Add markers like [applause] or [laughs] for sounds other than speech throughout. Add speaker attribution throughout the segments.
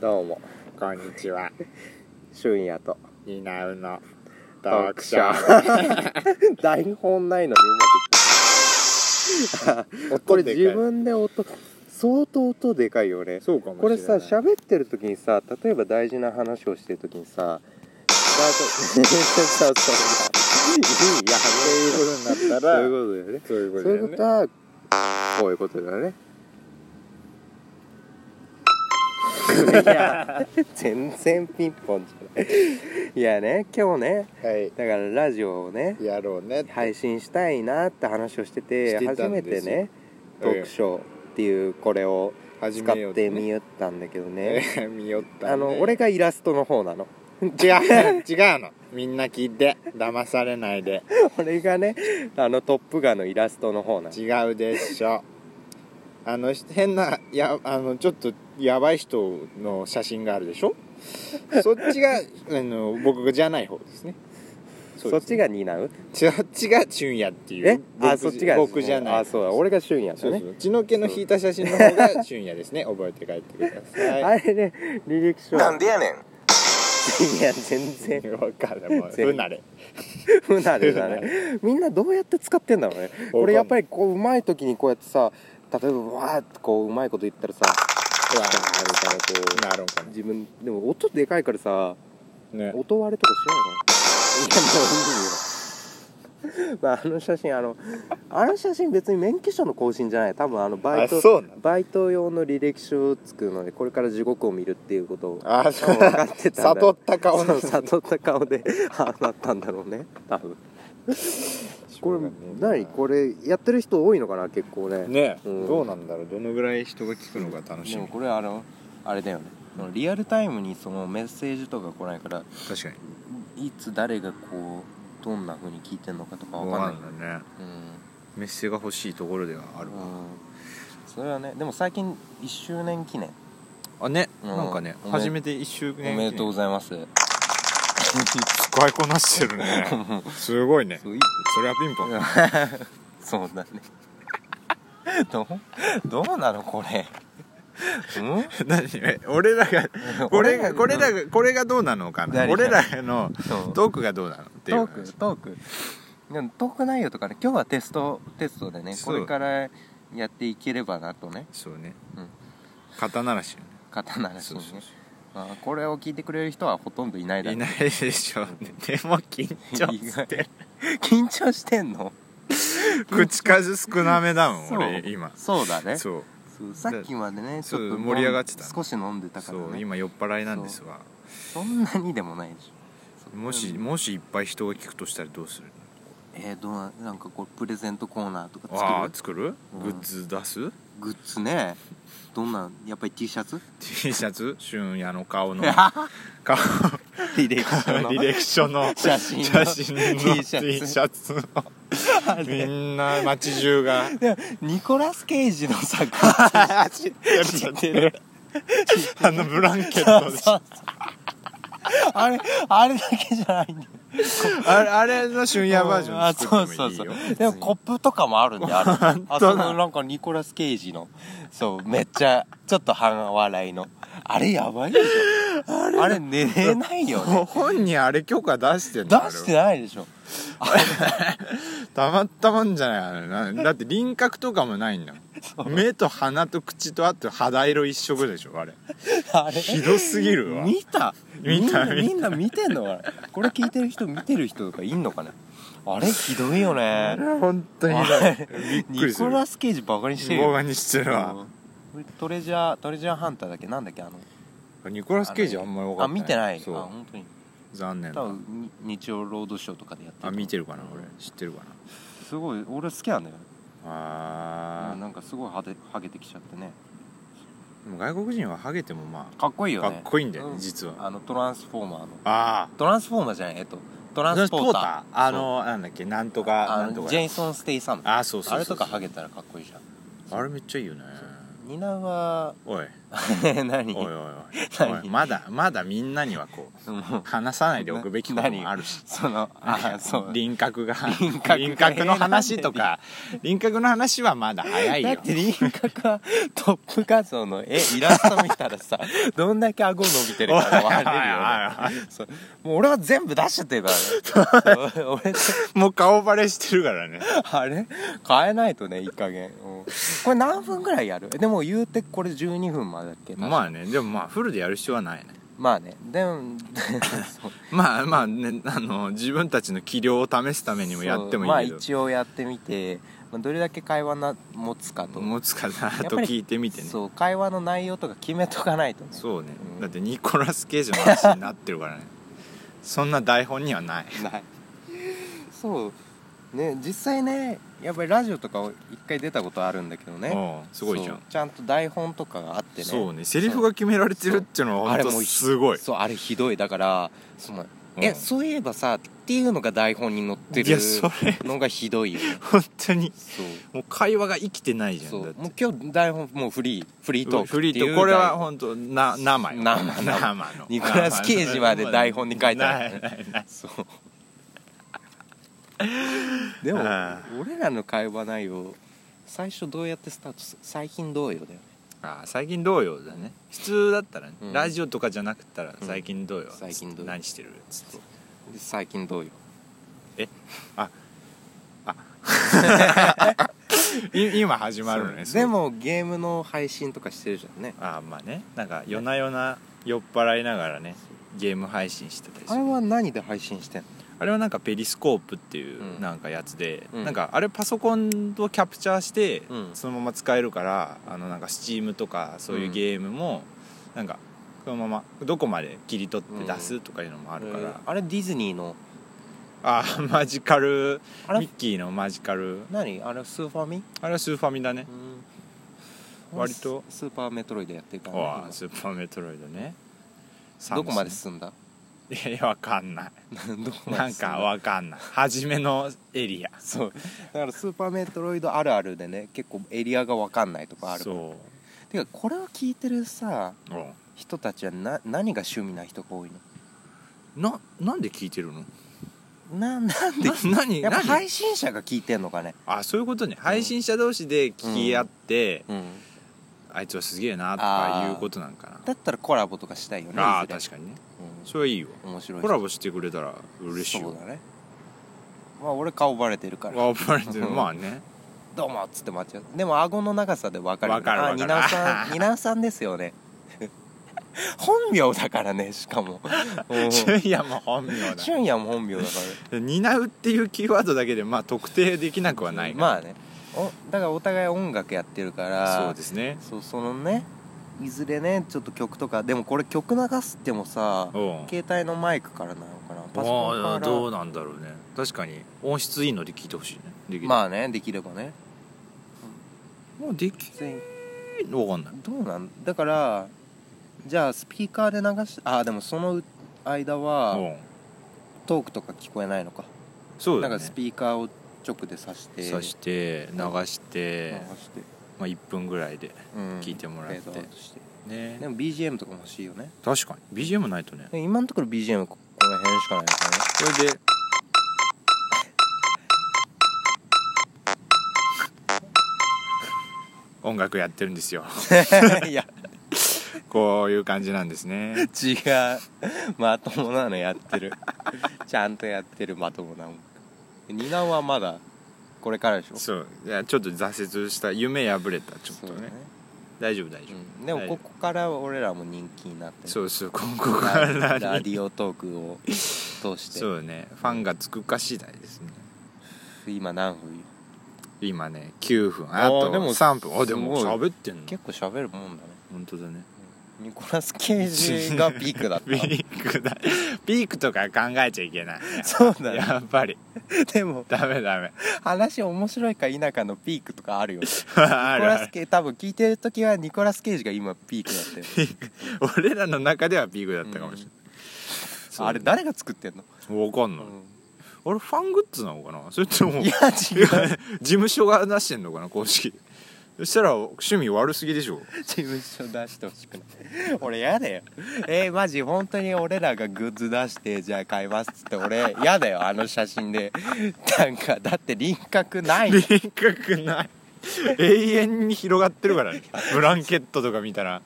Speaker 1: どうもこんにちは
Speaker 2: 俊也と
Speaker 1: ニナウの
Speaker 2: 読
Speaker 1: 読書
Speaker 2: 書 [laughs] 台本ないのにうまくいったこれ自分で音相当音でかいよね
Speaker 1: そうかもしれない
Speaker 2: これさ喋ってる時にさ例えば大事な話をしてる時に
Speaker 1: [laughs]
Speaker 2: さだいたい [laughs] そうそういや
Speaker 1: そういうことになった
Speaker 2: そう
Speaker 1: ら
Speaker 2: いうことだよね
Speaker 1: そういうこ
Speaker 2: そう
Speaker 1: とだ
Speaker 2: いうことは
Speaker 1: よね
Speaker 2: こういうことだよねいや [laughs] 全然ピンポンじゃないいやね今日ね
Speaker 1: はい
Speaker 2: だからラジオをね
Speaker 1: やろうね
Speaker 2: 配信したいなって話をしてて
Speaker 1: してた
Speaker 2: 初
Speaker 1: ん
Speaker 2: め
Speaker 1: で
Speaker 2: て
Speaker 1: すよ
Speaker 2: ね
Speaker 1: うん
Speaker 2: 読書っていうこれを
Speaker 1: 始
Speaker 2: 使
Speaker 1: めよ
Speaker 2: っ
Speaker 1: うぜ
Speaker 2: て
Speaker 1: ね
Speaker 2: みよったんだけどね
Speaker 1: えー [laughs] 見よったんで
Speaker 2: あの俺がイラストの方なの [laughs]
Speaker 1: 違う違うのみんな聞いて騙されないで
Speaker 2: 俺がねあの「トップガン」のイラストの方なの
Speaker 1: 違うでしょあの変なやあのちょっとやばい人の写真があるでしょそっちがあの僕じゃない方ですね
Speaker 2: そうっ
Speaker 1: です
Speaker 2: ちが担う
Speaker 1: そっちが俊也っていう
Speaker 2: えあ
Speaker 1: 僕
Speaker 2: そっちが
Speaker 1: 僕じゃない
Speaker 2: あそうだ俺が俊也
Speaker 1: そ
Speaker 2: だ
Speaker 1: うそ
Speaker 2: ね
Speaker 1: う血の気の引いた写真の方が俊也ですね覚えて帰ってください
Speaker 2: あれね履歴書
Speaker 3: なんでやねん
Speaker 2: いや全然
Speaker 1: 分かる
Speaker 2: [laughs]
Speaker 1: もう
Speaker 2: 全
Speaker 1: 不慣れ
Speaker 2: 不慣れだ [laughs] ねみんなどうやって使ってんだろうね
Speaker 1: んない
Speaker 2: 俺やっぱりこううまい時にこうやってさ例えばわーってこううまいこと言ったらさ
Speaker 1: うわ
Speaker 2: あれからこう
Speaker 1: なるんか
Speaker 2: 自分でも音でかいからさ
Speaker 1: なね
Speaker 2: 音割れとかしないのいやもういいよ、ま [laughs] あ、あの写真あのあの写真別に免許証の更新じゃない多分あのバイ
Speaker 1: あ
Speaker 2: ト
Speaker 1: そうなの
Speaker 2: バイト用の履歴書を作るのでこれから地獄を見るっていうことを
Speaker 1: あそう
Speaker 2: 分かってたんだ
Speaker 1: 悟った顔
Speaker 2: そ
Speaker 1: の
Speaker 2: う悟った顔でああなったんだろうね多分これ何これやってる人多いのかな結構ね
Speaker 1: ね、
Speaker 2: うん
Speaker 1: どうなんだろうどのぐらい人が聞くのが楽し
Speaker 2: で
Speaker 1: み
Speaker 2: もこれあのあれだよねそのリアルタイムにそのメッセージとか来ないから
Speaker 1: 確かに
Speaker 2: いつ誰がこうどんな風に聞いてんのかとかわ
Speaker 1: わ
Speaker 2: か
Speaker 1: か
Speaker 2: んない
Speaker 1: んないね
Speaker 2: うん
Speaker 1: メッセが欲しいところではある
Speaker 2: う
Speaker 1: わ、
Speaker 2: んそれはねでも最近1周年記念
Speaker 1: あね、
Speaker 2: うん
Speaker 1: なんかね
Speaker 2: おめ
Speaker 1: 初めて一周
Speaker 2: お
Speaker 1: 年
Speaker 2: めでとうございます [laughs]
Speaker 1: 使いこなしてるね [laughs] すごいね
Speaker 2: そうい
Speaker 1: それはピンポン
Speaker 2: そうだねどうどうなのこれうん
Speaker 1: [laughs] 何え俺らが
Speaker 2: [laughs]
Speaker 1: これがこれら
Speaker 2: が
Speaker 1: がこれがどうなのかな
Speaker 2: 誰が
Speaker 1: 俺らの
Speaker 2: そう
Speaker 1: トークがどうなのってい
Speaker 2: ト
Speaker 1: う
Speaker 2: ークトークでもトーク内容とかね今日はテストテストでねこ
Speaker 1: そう
Speaker 2: れからやっていければなとね
Speaker 1: そうね、
Speaker 2: うん
Speaker 1: 肩慣らしよね
Speaker 2: 刀らしい
Speaker 1: そう
Speaker 2: ね
Speaker 1: そう
Speaker 2: まあ、これを聞いてくれる人はほとんどいない
Speaker 1: そ
Speaker 2: だ
Speaker 1: う
Speaker 2: ろ
Speaker 1: いうないでしょうねでも緊張して
Speaker 2: 緊張してんの
Speaker 1: [laughs] 口数少なめだも
Speaker 2: [laughs]
Speaker 1: ん
Speaker 2: そう
Speaker 1: 俺今
Speaker 2: そうだね
Speaker 1: そう
Speaker 2: そうさっきまでねち
Speaker 1: そ
Speaker 2: ょ
Speaker 1: う
Speaker 2: っと飲ん
Speaker 1: 盛り上がってた
Speaker 2: 少し飲んでたか
Speaker 1: そ
Speaker 2: ら
Speaker 1: う
Speaker 2: ね
Speaker 1: 今酔っ払いなんですわ
Speaker 2: そんなにでもないでしょそう
Speaker 1: もし
Speaker 2: うん
Speaker 1: もしいっぱい人が聞くとしたらどうする
Speaker 2: えー、どうななんかこうプレゼントコーナーとか
Speaker 1: ああ
Speaker 2: 作る
Speaker 1: 作る、
Speaker 2: うん
Speaker 1: グッズ出す
Speaker 2: グッズねどんなんやっぱり T シャツ
Speaker 1: T シャツ俊也の
Speaker 2: [laughs]
Speaker 1: 顔の顔
Speaker 2: 履歴書の
Speaker 1: 履歴書の
Speaker 2: 写真の
Speaker 1: 写真の
Speaker 2: T
Speaker 1: T
Speaker 2: シ
Speaker 1: シ
Speaker 2: ャツ
Speaker 1: ャツをみんな街中が
Speaker 2: でも [laughs] ニコラス・ケイジの作品知ってる
Speaker 1: あのブランケットで
Speaker 2: そうあれあれだけじゃないんだよ
Speaker 1: あれあれの俊也バージョン作ってもいいよ
Speaker 2: あそうそうそうでもコップとかもあるんであれあそのなんかニコラス・ケイジのそうめっちゃちょっと半笑いのあれやばいでしょあれ寝れない
Speaker 1: [laughs]
Speaker 2: よね
Speaker 1: 本にあれ許可出してん
Speaker 2: 出
Speaker 1: の
Speaker 2: してないでしょ
Speaker 1: たまったもんじゃないあれなだって輪郭とかもないんだもん目と鼻と口とあと肌色一色でしょあれ
Speaker 2: あれ
Speaker 1: ひどすぎるわ
Speaker 2: 見た
Speaker 1: 見た
Speaker 2: みんな
Speaker 1: 見た
Speaker 2: みんな見てんのかなこれ聞いてる人見てる人とかいんのかなあれひどいよね
Speaker 1: 本当にひどいびっくり
Speaker 2: ニ
Speaker 1: す
Speaker 2: コ
Speaker 1: る
Speaker 2: ラス・ケイジバカにしてる
Speaker 1: 動
Speaker 2: よ
Speaker 1: 画にしてるわ
Speaker 2: うんトレジャートレジャーハンターだっけなんだっけあの
Speaker 1: ニコラス・ケイジあんまり分か
Speaker 2: あ
Speaker 1: ってない
Speaker 2: 見てないあ
Speaker 1: そう
Speaker 2: 本当に
Speaker 1: 残念
Speaker 2: 多分に日曜ロードショーとかでやって
Speaker 1: あ見てるかな
Speaker 2: うん
Speaker 1: 俺知ってるかな
Speaker 2: すごい俺好きなんだよ
Speaker 1: あ
Speaker 2: うんなんかすごいハゲハゲてきちゃってね
Speaker 1: ーでも外国人はハゲてもま
Speaker 2: かっこいい
Speaker 1: あ
Speaker 2: よ
Speaker 1: か
Speaker 2: ね
Speaker 1: っこいいんだよ
Speaker 2: う
Speaker 1: ね実は
Speaker 2: あのトランスフォーマーの
Speaker 1: あ
Speaker 2: トランスフォーマーじゃないえっとトラ
Speaker 1: あ
Speaker 2: ンスポーター
Speaker 1: あのなんだっけなんとか
Speaker 2: あ
Speaker 1: なんと
Speaker 2: の
Speaker 1: か
Speaker 2: ジェイソン・ステイサム
Speaker 1: あそうそうそう
Speaker 2: あれとかハゲたらかっこいいじゃん
Speaker 1: あれめっちゃいいよね
Speaker 2: ニナは [laughs]
Speaker 1: おい
Speaker 2: 何
Speaker 1: おいおいおい
Speaker 2: 何
Speaker 1: おいまだまだみんなにはこう
Speaker 2: もう
Speaker 1: 話さないでおくべきこともあるし
Speaker 2: そのあそう
Speaker 1: 輪郭が輪
Speaker 2: 郭が
Speaker 1: の話とか輪郭の話はまだ早い
Speaker 2: だ
Speaker 1: よ
Speaker 2: って輪郭はトップ画像の絵イラスト見たらさ [laughs] どんだけ顎伸びてるかが分かれるよね [laughs] そうもう俺は全部出しちゃってるから [laughs] ねそう俺
Speaker 1: もう顔バレしてるからね
Speaker 2: あれ変えないとねいい加減、うんこれ何分ぐらいやるでも言うてこれ12分までだっけ
Speaker 1: まあねでもまあフルでやる必要はないね
Speaker 2: まあねで [laughs] もそう
Speaker 1: まあまあねあの自分たちの器量を試すためにもやっても
Speaker 2: まあ
Speaker 1: いいけど、
Speaker 2: 一応やってみて、まあ、どれだけ会話な持つかと
Speaker 1: 持つかな
Speaker 2: やっ
Speaker 1: と
Speaker 2: ぱり
Speaker 1: 聞いてみてねそう
Speaker 2: そう会話の内容とか決めとかないとね
Speaker 1: ね、
Speaker 2: うん
Speaker 1: だってニコラス・ケイジの話になってるからねそんな台本にはない
Speaker 2: ない [laughs] そうね実際ねやっぱりラジオとかを一回出たことあるんだけどね
Speaker 1: うんすごいじゃ
Speaker 2: そうんちゃんと台本とかがあってね
Speaker 1: そうねセリフが決められてるっていうのは
Speaker 2: あれ
Speaker 1: 本当
Speaker 2: もうひ
Speaker 1: すごい
Speaker 2: そうあれひどいだからその
Speaker 1: うん
Speaker 2: えそういえばさっていうのが台本に載って
Speaker 1: い
Speaker 2: る
Speaker 1: やそれ
Speaker 2: のがひ
Speaker 1: [laughs]
Speaker 2: どいよね
Speaker 1: 本当に
Speaker 2: そう
Speaker 1: もう会話が生きてないじゃん
Speaker 2: そう
Speaker 1: だって
Speaker 2: もう今日台本もうフリーフリートーク
Speaker 1: フリ
Speaker 2: って
Speaker 1: ー
Speaker 2: い
Speaker 1: と
Speaker 2: う
Speaker 1: これ
Speaker 2: 台
Speaker 1: は
Speaker 2: 本
Speaker 1: 本当な生よ
Speaker 2: 生生
Speaker 1: の
Speaker 2: ニコラス・ケイジまで台本に書いてあ
Speaker 1: ない
Speaker 2: る
Speaker 1: ないない
Speaker 2: そうでも
Speaker 1: あ
Speaker 2: 俺らの会話内容最初どうやってスタートする最近どうよだよね
Speaker 1: ああ最近どうよだね普通だったらね、
Speaker 2: うん
Speaker 1: ラジオとかじゃなくったら最近どう
Speaker 2: う
Speaker 1: よ、
Speaker 2: ん最近どうよ
Speaker 1: 何してるつって
Speaker 2: で最近どうよ
Speaker 1: い今始まるのね
Speaker 2: そう
Speaker 1: そう
Speaker 2: でもゲームの配信とかしてるじゃんね
Speaker 1: ああまあねなんか夜な夜な酔っ払いながらねゲーム配信してたりす
Speaker 2: あ
Speaker 1: る
Speaker 2: れは何で配信してんの
Speaker 1: あれはなんかペリスコープってい
Speaker 2: うん
Speaker 1: うなんかやつで、
Speaker 2: うん
Speaker 1: なんかあれパソコンをキャプチャーして
Speaker 2: うん
Speaker 1: そのまま使えるから、あのなんかスチームとかそういうゲームもなんかそのままどこまで切り取って出すとかいうのもあ
Speaker 2: あ
Speaker 1: るから、
Speaker 2: あれディズニーの
Speaker 1: あーマジカル
Speaker 2: あれ
Speaker 1: ミッキーのマジカル
Speaker 2: 何あれスーファミ
Speaker 1: あれはスーファミだね割と
Speaker 2: ススーパーメトロイドやってるからね
Speaker 1: わあ
Speaker 2: 今
Speaker 1: スーパーメトロイドね
Speaker 2: どこまで
Speaker 1: サ
Speaker 2: 進んだ
Speaker 1: ムスンいやわかんない
Speaker 2: どこまで進んだ
Speaker 1: なんかわかんない初めのエリア
Speaker 2: そうだからスーパーメトロイドあるあるでね結構エリアが分かんないとかあるから
Speaker 1: そ
Speaker 2: てかこれを聞いてるさ
Speaker 1: ううん
Speaker 2: 人たちはな何が趣味な人が多い
Speaker 1: ななんで聞いてるの
Speaker 2: のななんで
Speaker 1: な何
Speaker 2: やっぱ
Speaker 1: 何
Speaker 2: 配信者が聞いてんのかね
Speaker 1: あそういうことね配信者同士で聞き合って、
Speaker 2: うん
Speaker 1: あいつはすげえなとかいうことなんかな
Speaker 2: だったらコラボとかしたいよね
Speaker 1: ああ
Speaker 2: いずれ
Speaker 1: 確かにねそれはいいわ
Speaker 2: うん面白い
Speaker 1: コラボしてくれたら嬉しい
Speaker 2: そう
Speaker 1: わ
Speaker 2: だねまあ俺顔バレてるから
Speaker 1: わバレてる
Speaker 2: うん
Speaker 1: まあね
Speaker 2: 「どうも」っつって待っちゃうでも顎の長さで分かるよね
Speaker 1: 分かる
Speaker 2: あニ
Speaker 1: 分かる
Speaker 2: ナウさん
Speaker 1: [laughs]
Speaker 2: ニナウさんですよね本名だからねしかもうん
Speaker 1: [laughs] 純也も本名だ
Speaker 2: 俊也も本名だから
Speaker 1: 担うっていうキーワードだけでまあ特定できなくはない
Speaker 2: まあねおだからお互い音楽やってるから
Speaker 1: そうですね
Speaker 2: そうそのねいずれねちょっと曲とかでもこれ曲流すってもさ
Speaker 1: おう
Speaker 2: 携帯のマイクからなのかなパソコン
Speaker 1: ああ
Speaker 2: から
Speaker 1: どうなんだろうね確かに音質いいので聞いてほしいねできる
Speaker 2: まあねできればね
Speaker 1: もうでき
Speaker 2: 普通に
Speaker 1: るわかんない
Speaker 2: どうなんだからじゃあスピーカーで流しああでもその間は
Speaker 1: おう
Speaker 2: トークとか聞こえないのか
Speaker 1: そう
Speaker 2: な
Speaker 1: だ
Speaker 2: ん
Speaker 1: ね
Speaker 2: かスピーカーを直で挿して
Speaker 1: さして流して
Speaker 2: 流して
Speaker 1: まあ1分ぐらいで
Speaker 2: うん
Speaker 1: 聞いてもらって
Speaker 2: フェードアウトして
Speaker 1: ね
Speaker 2: でも BGM とかも欲しいよね
Speaker 1: 確かに BGM ないとね
Speaker 2: で今のところ BGM ここの辺しかないのかな
Speaker 1: これで音楽やってるんですよ [laughs]
Speaker 2: [laughs] いや
Speaker 1: こういう感じなんです
Speaker 2: [laughs]
Speaker 1: ね
Speaker 2: 違うまともなのやって
Speaker 1: [laughs]
Speaker 2: るちゃんとやってるまともなもん二男はまだこれからでしょ
Speaker 1: そういやちょっと挫折した夢破れたちょっと
Speaker 2: そう
Speaker 1: ね
Speaker 2: だ
Speaker 1: 大丈夫大丈
Speaker 2: うん、でもここから俺らも人気になって
Speaker 1: 夫そううそう今後 [laughs] から
Speaker 2: ララ
Speaker 1: 何
Speaker 2: ディオトークを通して
Speaker 1: そうねファンがつくか次第ですね
Speaker 2: 今何分
Speaker 1: 今ね9分
Speaker 2: あー
Speaker 1: あと
Speaker 2: でも
Speaker 1: 3分あでも
Speaker 2: すご
Speaker 1: 喋ってんの
Speaker 2: 結構喋るもんだね
Speaker 1: 本当だね
Speaker 2: ニコラス・ケイジがピークだっ
Speaker 1: [laughs] ピークだピークとか考えちゃいけない
Speaker 2: たそうだね
Speaker 1: やっぱり
Speaker 2: でも
Speaker 1: ダメダメ
Speaker 2: 話面白いか否かのピークとかあるよねニコ
Speaker 1: あるあ
Speaker 2: ラ
Speaker 1: る
Speaker 2: スケ多分聞いてる時はニコラス・ケイジが今ピークだったよ
Speaker 1: [laughs] 俺らの中ではピークだったかもしれない、 [laughs] そう
Speaker 2: あれ誰が作ってんの、
Speaker 1: わかんない、あれ [laughs] ファングッズなのかなそれとも
Speaker 2: いや違う
Speaker 1: 事務所が出してんのかな公式そしたら趣味悪すぎでしょ
Speaker 2: 事務所出してほしくない俺やだよえー、マジ本当に俺らがグッズ出してじゃあ買いますっつって俺やだよあの写真でなんかだって輪郭ない
Speaker 1: 輪郭ない永遠に広がって
Speaker 2: [laughs]
Speaker 1: るからねブランケットとか見たら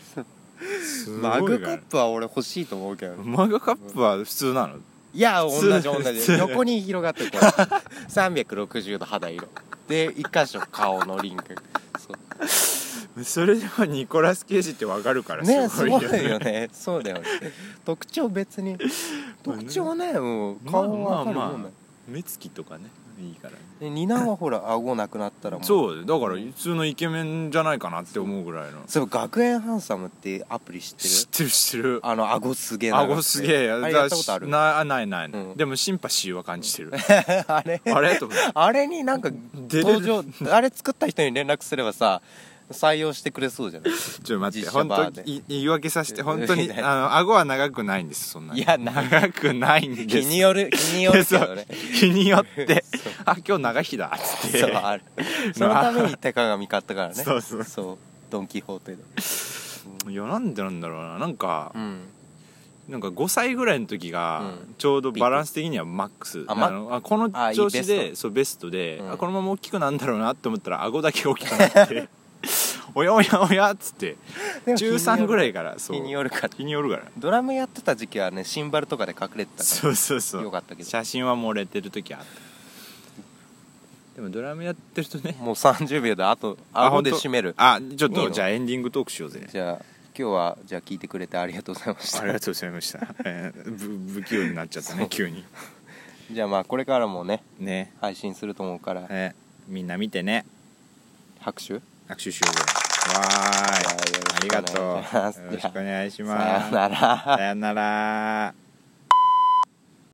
Speaker 1: すごいか
Speaker 2: マ
Speaker 1: ら
Speaker 2: グカップは俺欲しいと思うけど
Speaker 1: マグカップは普通なの
Speaker 2: いや
Speaker 1: 普
Speaker 2: 同
Speaker 1: 通
Speaker 2: じ同
Speaker 1: 普
Speaker 2: じ
Speaker 1: 通
Speaker 2: 横に広がってこう360度肌色で一箇所顔の輪郭そう
Speaker 1: それではニコラス・ケイジってわかるから
Speaker 2: ね
Speaker 1: す
Speaker 2: す
Speaker 1: ごいよ
Speaker 2: ご
Speaker 1: ね
Speaker 2: いよねそうだよね特徴別に特徴ねもう
Speaker 1: まあ
Speaker 2: 顔はわかるもん
Speaker 1: まあ
Speaker 2: ね、
Speaker 1: まあ目つきとかねいいからね
Speaker 2: で二男はほら顎なくなったらもうう
Speaker 1: そうだから普通のイケメンじゃないかなって思うぐらいの
Speaker 2: そう学園ハンサムってアプリ知ってる
Speaker 1: 知ってる知ってる
Speaker 2: あの顎すげえな
Speaker 1: 顎すげえ
Speaker 2: あれやったことある
Speaker 1: なあないない、
Speaker 2: うん
Speaker 1: でもシンパシーは感じてる
Speaker 2: [laughs] あれ
Speaker 1: あれと思って
Speaker 2: あれになんか
Speaker 1: 出れる
Speaker 2: 登場あれ作った人に連絡すればさ採用してくれそうじ
Speaker 1: [laughs]
Speaker 2: ゃない
Speaker 1: ちょっと待って
Speaker 2: 実写
Speaker 1: 本当
Speaker 2: バーで
Speaker 1: にい言い訳さ
Speaker 2: [laughs]
Speaker 1: せて本当
Speaker 2: い
Speaker 1: に
Speaker 2: やいや
Speaker 1: あの顎は長くないんですそんなに
Speaker 2: いや長
Speaker 1: 長く [laughs] ないんです
Speaker 2: 日による日によるけどね
Speaker 1: そう日によってあ今日長い日だっつって
Speaker 2: [laughs] そうあるそのために手鏡買ったからね
Speaker 1: そうそう
Speaker 2: そうドン・キホーテで
Speaker 1: いやなんでなんだろうななんか、
Speaker 2: うん
Speaker 1: なんか5歳ぐらいの時が、
Speaker 2: うん
Speaker 1: ちょうどバランス的にはマックス
Speaker 2: あ
Speaker 1: あ
Speaker 2: マ
Speaker 1: のあこの
Speaker 2: あいい
Speaker 1: 調子
Speaker 2: ベ
Speaker 1: で
Speaker 2: スト
Speaker 1: そうベストで、
Speaker 2: うん
Speaker 1: あこのまま大きくなんだろうなって思ったら顎だけ大きくなって [laughs] おやおやおやっつって中3ぐら
Speaker 2: い
Speaker 1: いからそう
Speaker 2: 日によるから
Speaker 1: 日によるから
Speaker 2: ドラムやってた時期はねシンバルとかで隠れてたか
Speaker 1: そうそうそ
Speaker 2: ら
Speaker 1: う
Speaker 2: よかったけど
Speaker 1: 写真は漏れてる時あったでもドラムやってるとね
Speaker 2: もう30秒であと顎で締める
Speaker 1: あちょっ
Speaker 2: いい
Speaker 1: と
Speaker 2: の
Speaker 1: じゃあエンディングトークしようぜ
Speaker 2: じゃあ今日はじゃあ聞いてくれてありがとうございまし
Speaker 1: あり
Speaker 2: た
Speaker 1: がとうございました [laughs] えーぶ不器用になっちゃったね急に
Speaker 2: じゃあまあこれからもね
Speaker 1: ね
Speaker 2: 配信すると思うから
Speaker 1: えーみんな見てね
Speaker 2: 拍手
Speaker 1: 握手しようぜわーいありがとう
Speaker 2: よ
Speaker 1: よ
Speaker 2: ろ
Speaker 1: ろ
Speaker 2: し
Speaker 1: し
Speaker 2: く
Speaker 1: く
Speaker 2: お
Speaker 1: お願いし
Speaker 2: さ
Speaker 1: ま
Speaker 2: よ
Speaker 1: す
Speaker 2: なら
Speaker 1: さよなら